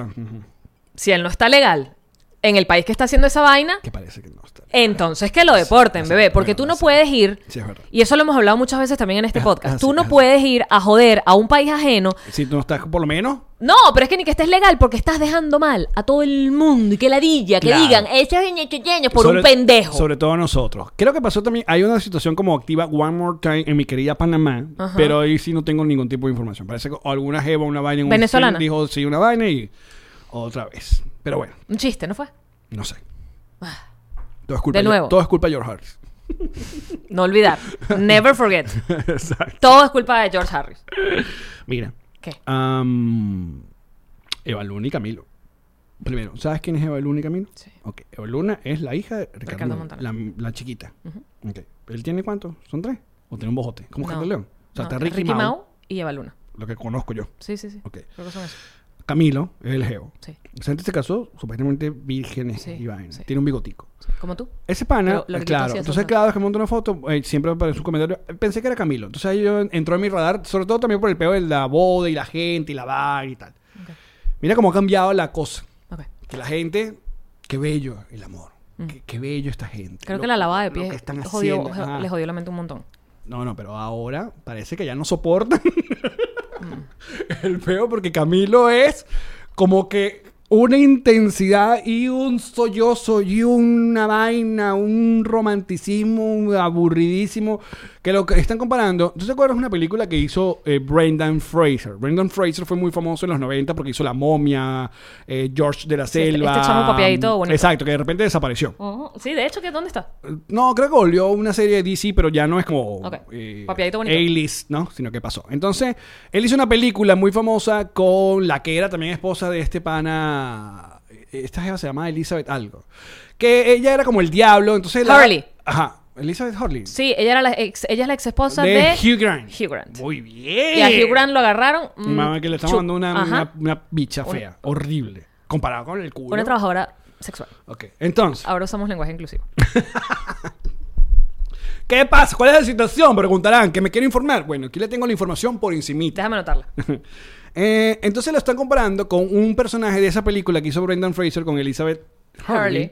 B: Si él no está legal en el país que está haciendo esa vaina,
A: que parece que no está.
B: Eh, Entonces que lo deporten, bebé, porque
A: bueno,
B: tú no
A: sí.
B: puedes ir.
A: Sí, es verdad.
B: Y eso lo hemos hablado muchas veces también en este podcast.
A: así,
B: Tú
A: es
B: no
A: así.
B: puedes ir a joder a un país ajeno.
A: Si tú no estás, por lo menos...
B: No, pero es que ni que estés legal porque estás dejando mal a todo el mundo y que ladilla, que
A: Claro.
B: digan, eh, esos niños por
A: sobre-
B: un pendejo.
A: Sobre todo nosotros. Creo que pasó también... Hay una situación como activa One More Time en mi querida Panamá,
B: Ajá.
A: pero ahí sí no tengo ningún tipo de información. Parece que alguna jeva, una vaina... en un
B: Venezolana.
A: film Dijo, sí, una vaina y otra vez. Pero bueno,
B: Un chiste, ¿no fue?
A: no sé. Todo es culpa
B: Ah. De nuevo.
A: Todo es culpa de George Harris.
B: No olvidar. Never forget.
A: Exacto.
B: Todo es culpa de George Harris.
A: Mira.
B: ¿Qué?
A: am, Eva Luna y Camilo. Primero, ¿sabes quién es Eva Luna y Camilo?
B: Sí.
A: Ok. Eva Luna es la hija de Ricardo,
B: Ricardo
A: Montaner.
B: Montaner.
A: La, la chiquita. Ok. ¿Él tiene cuántos? ¿Son tres? ¿O tiene un bojote? ¿Cómo
B: No.
A: Carlos León? O sea,
B: No,
A: está Ricky, Mau,
B: Mau y Eva Luna.
A: lo que conozco yo.
B: Sí, sí, sí.
A: Ok.
B: Creo que son esos.
A: Camilo es el geo.
B: Sí.
A: O sea, antes se casó supuestamente vírgenes
B: Sí,
A: y vaina.
B: sí.
A: Tiene un bigotico.
B: Sí. Como tú.
A: Ese pana,
B: Lo- lo
A: eh,
B: que
A: claro.
B: hacía
A: Entonces,
B: Sandra.
A: cada vez que monto una foto, eh, siempre aparece un comentario. "Eh, Pensé que era Camilo. Entonces, ahí yo entró en mi radar, sobre todo también por el peo de la boda y la gente y la vaina y tal. Mira cómo ha cambiado la cosa.
B: Ok.
A: Que la gente, qué bello el amor. Qué, qué bello esta gente.
B: Mm. Creo
A: Lo-
B: que la lavada de
A: lo
B: pies
A: que están
B: jodió-
A: haciendo, ah. ajá.
B: le jodió la mente un montón.
A: No, no, pero ahora parece que ya no soportan el feo porque Camilo es como que una intensidad y un sollozo y una vaina, un romanticismo aburridísimo que lo que están comparando. ¿Tú te acuerdas de una película que hizo eh, Brendan Fraser? Brendan Fraser fue muy famoso en los 90 porque hizo La momia, eh, George de la
B: este-
A: Selva. mm,
B: este chamo papiadito bonito.
A: Exacto, que de repente desapareció.
B: Ujú. Oh. Sí, de hecho, ¿qué, ¿dónde está?
A: No, creo que volvió una serie de DC, pero ya no es como
B: Ok.
A: eh,
B: Papiadito bonito.
A: A-list, ¿no? Sino que pasó. Entonces, él hizo una película muy famosa con la que era también esposa de este pana. eh, Esta jeva se llama Elizabeth Algo. Que ella era como el diablo. Entonces la-
B: Harley.
A: Ajá. Elizabeth Harley.
B: Sí, ella, era la ex, ella es la ex esposa
A: de,
B: de,
A: Hugh Grant.
B: Hugh Grant.
A: Muy bien.
B: Y a Hugh Grant lo agarraron. mm,
A: Eh, Mamá, que le estamos
B: chu-
A: dando una, una,
B: ajá,
A: una bicha
B: Una-
A: fea. horrible. Comparado con el culo.
B: una trabajadora sexual.
A: Ok. Entonces.
B: Ahora usamos lenguaje inclusivo.
A: ¿Qué pasa? ¿Cuál es la situación? Preguntarán, que me quiero informar. Bueno, aquí le tengo la información por encimita.
B: Déjame anotarla.
A: Eh, entonces lo están comparando con un personaje de esa película que hizo Brendan Fraser con Elizabeth Hurley,
B: Hurley.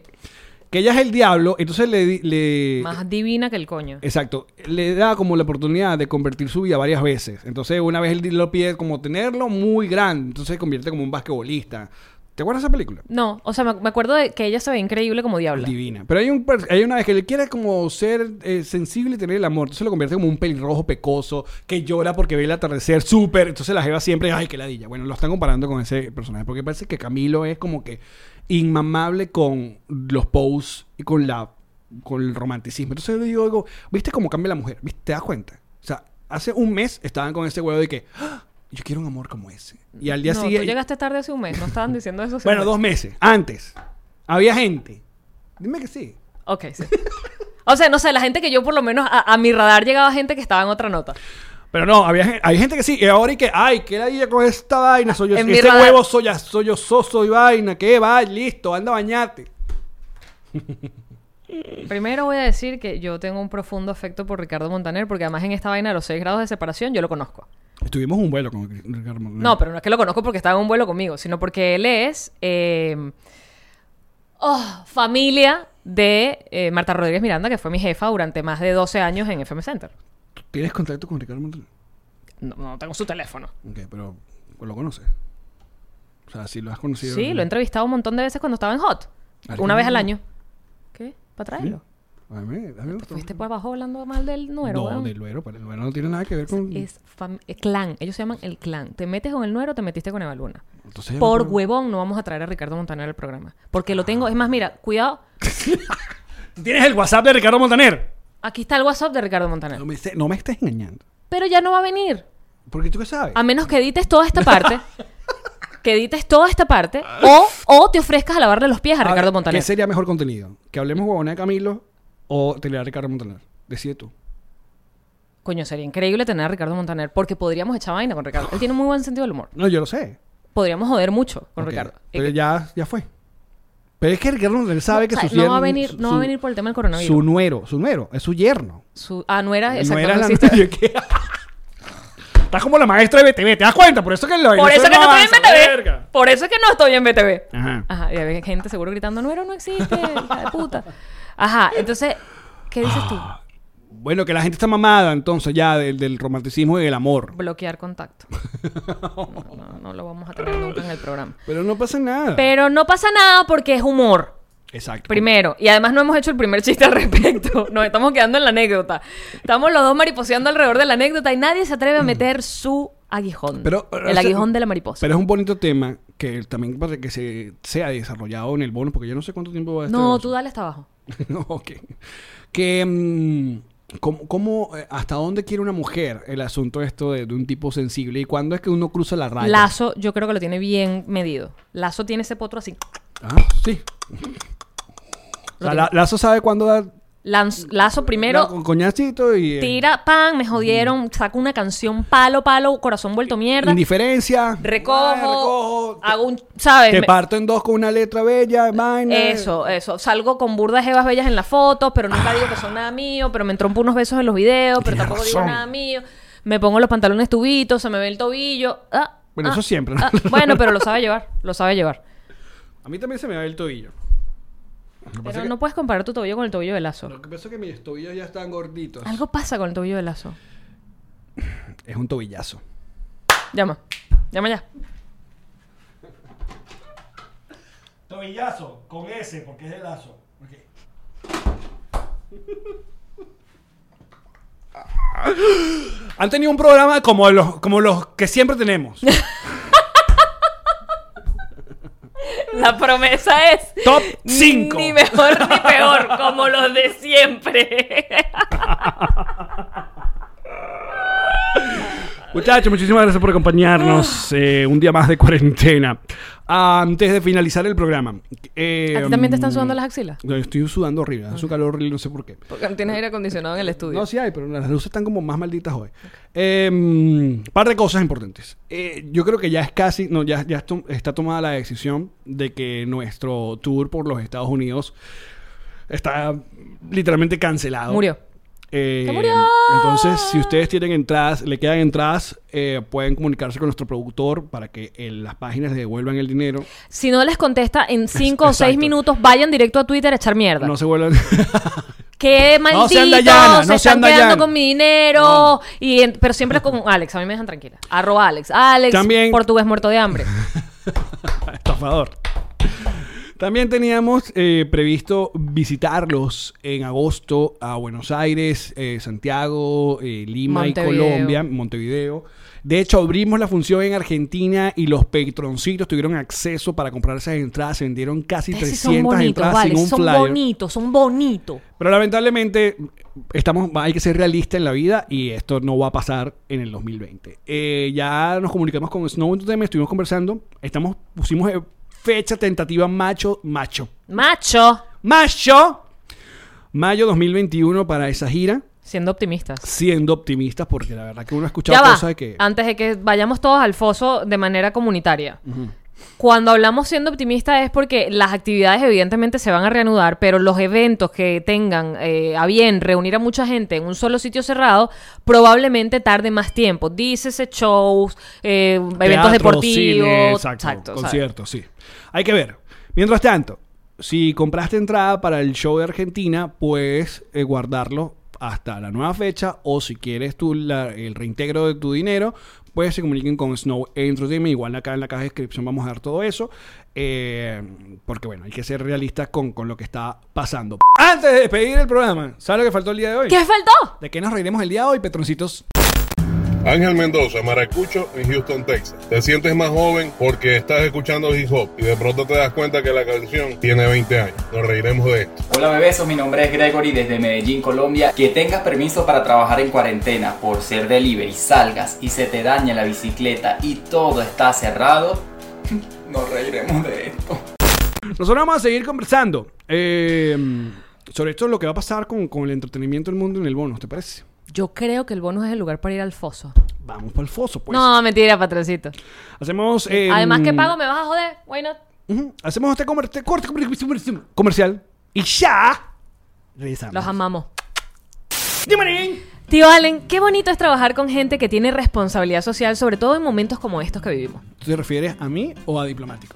A: que ella es el diablo, entonces le... di- le
B: Más divina que el coño.
A: Exacto, le da como la oportunidad de convertir su vida varias veces. Entonces una vez él lo pide como tenerlo muy grande, entonces se convierte como un basquetbolista. ¿Te acuerdas de esa película?
B: No, o sea, me, me acuerdo de que ella se ve increíble como diabla.
A: Divina. Pero hay, un per- hay una vez que él quiere como ser eh, sensible y tener el amor. Entonces lo convierte como un pelirrojo pecoso que llora porque ve el atardecer súper. Entonces la jeva siempre, ay, qué ladilla. Bueno, lo están comparando con ese personaje. Porque parece que Camilo es como que inmamable con los posts y con la con el romanticismo. Entonces yo digo, digo, ¿viste cómo cambia la mujer? ¿Viste? ¿Te das cuenta? O sea, hace un mes estaban con ese huevo de que, "Ah, yo quiero un amor como ese. Y al día
B: no,
A: siguiente...
B: tú llegaste tarde hace un mes. No estaban diciendo eso. hace
A: Bueno,
B: un mes.
A: dos meses. Antes. Había gente. Dime que sí.
B: Ok, sí. O sea, no sé, la gente que yo por lo menos a, a mi radar llegaba gente que estaba en otra nota.
A: Pero no, había, gen- hay gente que sí, y ahora y que, ay, que la idea con esta vaina, soy yo,
B: Ah, En mi
A: ese
B: radar-
A: huevo soy, soy yo, soy vaina, que va, listo, anda a bañarte.
B: Primero voy a decir que yo tengo un profundo afecto por Ricardo Montaner, porque además en esta vaina de los 6 grados de separación yo lo conozco.
A: Estuvimos un vuelo con Ricardo Montaner.
B: No, pero no es que lo conozco porque estaba en un vuelo conmigo, sino porque él es eh, oh, familia de eh, Marta Rodríguez Miranda, que fue mi jefa durante más de 12 años en FM Center.
A: ¿Tienes contacto con Ricardo Montaner?
B: No, no tengo su teléfono.
A: Ok, pero lo conoces. O sea, si lo has
B: Sí,
A: conocido.
B: lo he entrevistado un montón de veces cuando estaba en Hot.
A: ¿Al
B: Una
A: que
B: vez al
A: no?
B: año. ¿Qué? ¿Para traerlo?
A: A mí, a mí me
B: Te
A: gustó.
B: fuiste por abajo hablando mal del nuero,
A: No,
B: weón.
A: del Luero, pero el Luero no tiene nada que ver con...
B: Es fam- eh, clan. Ellos se llaman el clan. Te metes con el nuero, te metiste con Eva Luna.
A: Entonces ya no
B: Por
A: puedo-
B: huevón no vamos a traer a Ricardo Montaner al programa. Porque lo tengo... Es más, mira, cuidado.
A: ¿Tienes el WhatsApp de Ricardo Montaner?
B: Aquí está el WhatsApp de Ricardo Montaner.
A: No me, estés- no me estés engañando.
B: Pero ya no va a venir.
A: Porque tú qué sabes.
B: A menos que edites toda esta parte. que edites toda esta parte.
A: Ah.
B: O, o te ofrezcas a lavarle los pies a
A: Ahora,
B: Ricardo Montaner.
A: ¿Qué sería mejor contenido? ¿Que hablemos huevona de Camilo o te a Ricardo Montaner? Decide tú.
B: Coño, sería increíble tener a Ricardo Montaner. Porque podríamos echar vaina con Ricardo. Él tiene muy buen sentido del humor.
A: No, yo lo sé.
B: Podríamos joder mucho con
A: Ok,
B: Ricardo. Eh,
A: Pero ya, ya fue. Pero es que Ricardo Montaner sabe
B: No,
A: que
B: o sea,
A: su
B: no
A: yerno-
B: va a venir-
A: su-
B: no va a venir por el tema del coronavirus.
A: Su nuero, su nuero, es su yerno.
B: Su, ah, no era...
A: no
B: Exacto,
A: era
B: no
A: la
B: existe.
A: novia que- Estás como la maestra de BTV, ¿te das cuenta? Por eso que lo
B: Por eso que no estoy
A: avanza,
B: en BTV.
A: verga.
B: Por eso es que no estoy en BTV.
A: Ajá.
B: Ajá. Y había gente seguro gritando, no era, no existe, hija de puta. Ajá. Entonces, ¿qué dices
A: Ah.
B: tú?
A: Bueno, que la gente está mamada entonces ya del, del romanticismo y del amor.
B: Bloquear contacto. No, no, no lo vamos a tener nunca en el programa.
A: Pero no pasa nada.
B: Pero no pasa nada porque es humor.
A: Exacto.
B: Primero, y además no hemos hecho el primer chiste al respecto. Nos estamos quedando en la anécdota. Estamos los dos mariposeando alrededor de la anécdota y nadie se atreve a meter su aguijón.
A: Pero, o
B: el
A: sea,
B: aguijón de la mariposa.
A: Pero es un bonito tema que también para que este se sea desarrollado en el bono, porque yo no sé cuánto tiempo va a estar.
B: no, tú dale hasta abajo.
A: No, ok. que... mm, ¿Cómo, cómo, eh, hasta dónde quiere una mujer el asunto esto de, de un tipo sensible? ¿Y cuándo es que uno cruza la raya?
B: Lazo, yo creo que lo tiene bien medido. Lazo tiene ese potro así.
A: Ah, sí. O sea, la- Lazo sabe cuándo dar
B: Lanz- Lazo primero
A: un coñacito y... eh,
B: tira, pan, me jodieron, saco una canción, palo, palo, corazón vuelto mierda.
A: Indiferencia.
B: Recojo,
A: Ah, recojo,
B: hago un, ¿sabes?
A: Te
B: Me-
A: parto en dos con una letra bella, vaina.
B: Eso, eso. Salgo con burdas jevas bellas en las fotos, pero nunca digo que son nada mío, pero me entrompo unos besos en los videos, pero
A: Tienes
B: tampoco digo
A: razón.
B: nada mío. Me pongo los pantalones tubitos, se me ve el tobillo. Ah,
A: Bueno,
B: ah,
A: eso siempre, ¿no?
B: ah. bueno, pero lo sabe llevar, lo sabe llevar.
A: A mí también se me va el tobillo. Lo que pasa
B: Pero
A: es
B: no puedes comparar tu tobillo con el tobillo de
A: que,
B: Lazo.
A: lo que pasa es que mis tobillos ya están gorditos.
B: Algo pasa con el tobillo de Lazo.
A: Es un tobillazo.
B: Llama, llama ya.
A: Tobillazo, con S, porque es de lazo. Ah. Han tenido un programa como los, como los que siempre tenemos.
B: La promesa es
A: Top 5.
B: Ni mejor ni peor, como los de siempre.
A: Muchachos, muchísimas gracias por acompañarnos
B: Ah.
A: eh, un día más de cuarentena. Antes de finalizar el programa. eh,
B: ¿A ti también te están sudando las axilas?
A: No, yo estoy sudando horrible, hace un calor horrible, no sé por qué.
B: Porque no tienes aire acondicionado en el estudio.
A: No, sí hay, pero las luces están como más malditas hoy. Eh, par de cosas importantes. Eh, yo creo que ya es casi, no, ya, ya esto- está tomada la decisión de que nuestro tour por los Estados Unidos está literalmente cancelado.
B: Murió.
A: Eh,
B: ¡Se murió!
A: Entonces, si ustedes tienen entradas, le quedan entradas, eh, pueden comunicarse con nuestro productor para que eh, las páginas le devuelvan el dinero.
B: Si no les contesta en 5 o
A: exacto.
B: 6 minutos, vayan directo a Twitter a echar mierda.
A: No se vuelvan.
B: Qué malditos,
A: sean Dayana,
B: se
A: no sean
B: están quedando
A: Dayana.
B: con mi dinero. Y en- pero siempre con Alex, a mí me dejan tranquila. Arroba Alex. Alex,
A: También-
B: portugués muerto de hambre.
A: Estafador. También teníamos eh, previsto visitarlos en agosto a Buenos Aires, eh, Santiago, eh, Lima y
B: Montevideo.
A: Colombia, Montevideo. De hecho, abrimos la función en Argentina y los patroncitos tuvieron acceso para comprar esas entradas. Se vendieron casi
B: Ustedes sí
A: 300
B: son bonitos,
A: entradas
B: vale.
A: sin un
B: Son
A: flyer.
B: bonitos, son bonitos.
A: Pero lamentablemente estamos, hay que ser realista en la vida y esto no va a pasar en el 2020. Eh, ya nos comunicamos con Snow Entertainment, estuvimos conversando, estamos, pusimos eh, fecha tentativa macho, macho,
B: Macho,
A: macho, mayo 2021 para esa gira,
B: siendo optimistas.
A: siendo optimistas porque la verdad que uno ha escuchado
B: Ya va.
A: cosas de que...
B: Antes de que vayamos todos al foso de manera comunitaria. Cuando hablamos siendo optimista es porque las actividades evidentemente se van a reanudar, pero los eventos que tengan eh, a bien reunir a mucha gente en un solo sitio cerrado probablemente tarde más tiempo. Dícese shows, eh, eventos
A: Teatro,
B: deportivos,
A: cine, exacto,
B: ¿sabes?
A: conciertos, sí. Hay que ver. Mientras tanto, si compraste entrada para el show de Argentina, puedes eh, guardarlo hasta la nueva fecha o si quieres tú la- el reintegro de tu dinero, pues se comuniquen con Snow Entertainment. Igual acá en la caja de descripción vamos a dar todo eso. eh, porque bueno, hay que ser realistas con, con lo que está pasando. Antes de despedir el programa, ¿sabes lo que faltó el día de hoy?
B: ¿Qué faltó?
A: ¿De qué nos reiremos el día de hoy, Petroncitos?
G: Ángel Mendoza, Maracucho en Houston, Texas. Te sientes más joven porque estás escuchando hip hop y de pronto te das cuenta que la canción tiene 20 años. Nos reiremos de esto.
H: Hola bebesos, mi nombre es Gregory desde Medellín, Colombia. Que tengas permiso para trabajar en cuarentena por ser delivery, salgas y se te daña la bicicleta y todo está cerrado, nos reiremos de esto.
A: Nosotros vamos a seguir conversando eh, sobre esto, lo que va a pasar con, con el entretenimiento del mundo en el bono, ¿te parece?
B: Yo creo que el bonus es el lugar para ir al foso.
A: Vamos para el foso, pues.
B: No, mentira, patroncito.
A: Hacemos. eh,
B: Además, ¿qué pago? ¿Me vas a joder? Why not?
A: ujú, Hacemos este comer- este corte comer- comer- comercial y ya regresamos.
B: Los amamos.
A: Dimarín.
B: Tío Allen, qué bonito es trabajar con gente que tiene responsabilidad social, sobre todo en momentos como estos que vivimos.
A: ¿Tú te refieres a mí o a diplomático?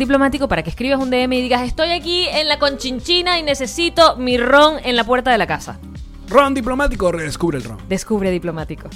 B: diplomático para que escribas un DM y digas, estoy aquí en la conchinchina y necesito mi ron en la puerta de la casa.
A: Ron diplomático, redescubre el ron.
B: Descubre diplomático.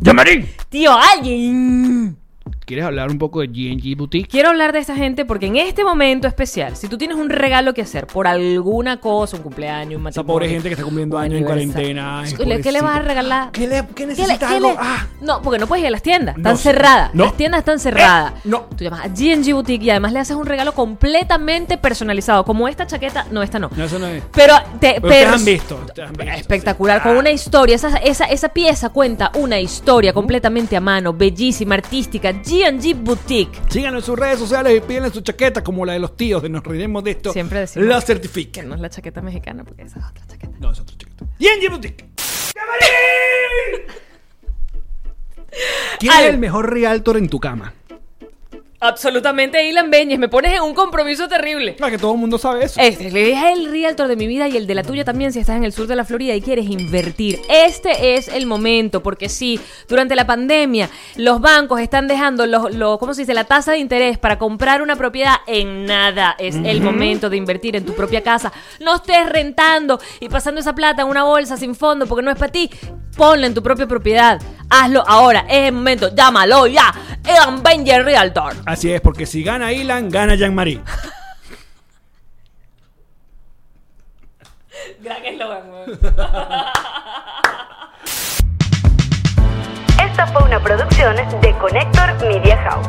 E: ¡Llamarín!
B: Tío, alguien.
A: ¿Quieres hablar un poco de GNG Boutique?
B: Quiero hablar de esta gente porque en este momento especial, si tú tienes un regalo que hacer por alguna cosa, un cumpleaños, un
A: Esa
B: matrimonio,
A: pobre gente que está cumpliendo
B: un
A: años en
B: aniversario.
A: cuarentena. ay,
B: ¿Qué le- ¿Qué le vas a
A: pobrecito.
B: regalar?
A: ¿Qué, le, qué
B: ¿Qué le-
A: necesita
B: qué
A: algo?
B: le-
A: Ah,
B: No, porque no puedes ir a las tiendas.
A: No
B: Están
A: sé.
B: cerradas.
A: No. Eh,
B: Las tiendas están cerradas.
A: no.
B: Tú llamas a GNG Boutique y además le haces un regalo completamente personalizado. Como esta chaqueta. No, esta no.
A: no, eso no es.
B: Pero te
A: Pero ustedes
B: pers-
A: han visto, ustedes han visto,
B: Espectacular,
A: sí.
B: con
A: Ah.
B: una historia. Esa, esa, esa pieza cuenta una historia completamente a mano, bellísima, artística. GG Boutique.
A: Síganlo en sus redes sociales y pídenle su chaqueta como la de los tíos, de nos reiremos de esto.
B: Siempre decimos-
A: La
B: Que
A: certifiquen.
B: no es la chaqueta mexicana, porque esa es otra chaqueta.
A: No, es otra chaqueta. GNG Boutique. ¿Quién
B: Al-
A: es el mejor realtor en tu cama?
B: Absolutamente, Ilan Beñez. Me pones en un compromiso terrible.
A: Claro que todo el mundo sabe eso.
B: Este es el realtor de mi vida y el de la tuya también si estás en el sur de la Florida y quieres invertir. Este es el momento, porque sí, durante la pandemia los bancos están dejando los, los- ¿cómo se dice? la tasa de interés para comprar una propiedad en nada. Es el momento de invertir en tu propia casa. No estés rentando y pasando esa plata en una bolsa sin fondo porque no es para ti. Ponla en tu propia propiedad. Hazlo ahora. Es el momento. Llámalo ya. Evan Benger Realtor.
A: Así es, porque si gana Ilan, gana Jean-Marie.
B: Gran eslogan.
I: Esta fue una producción de Connector Media House.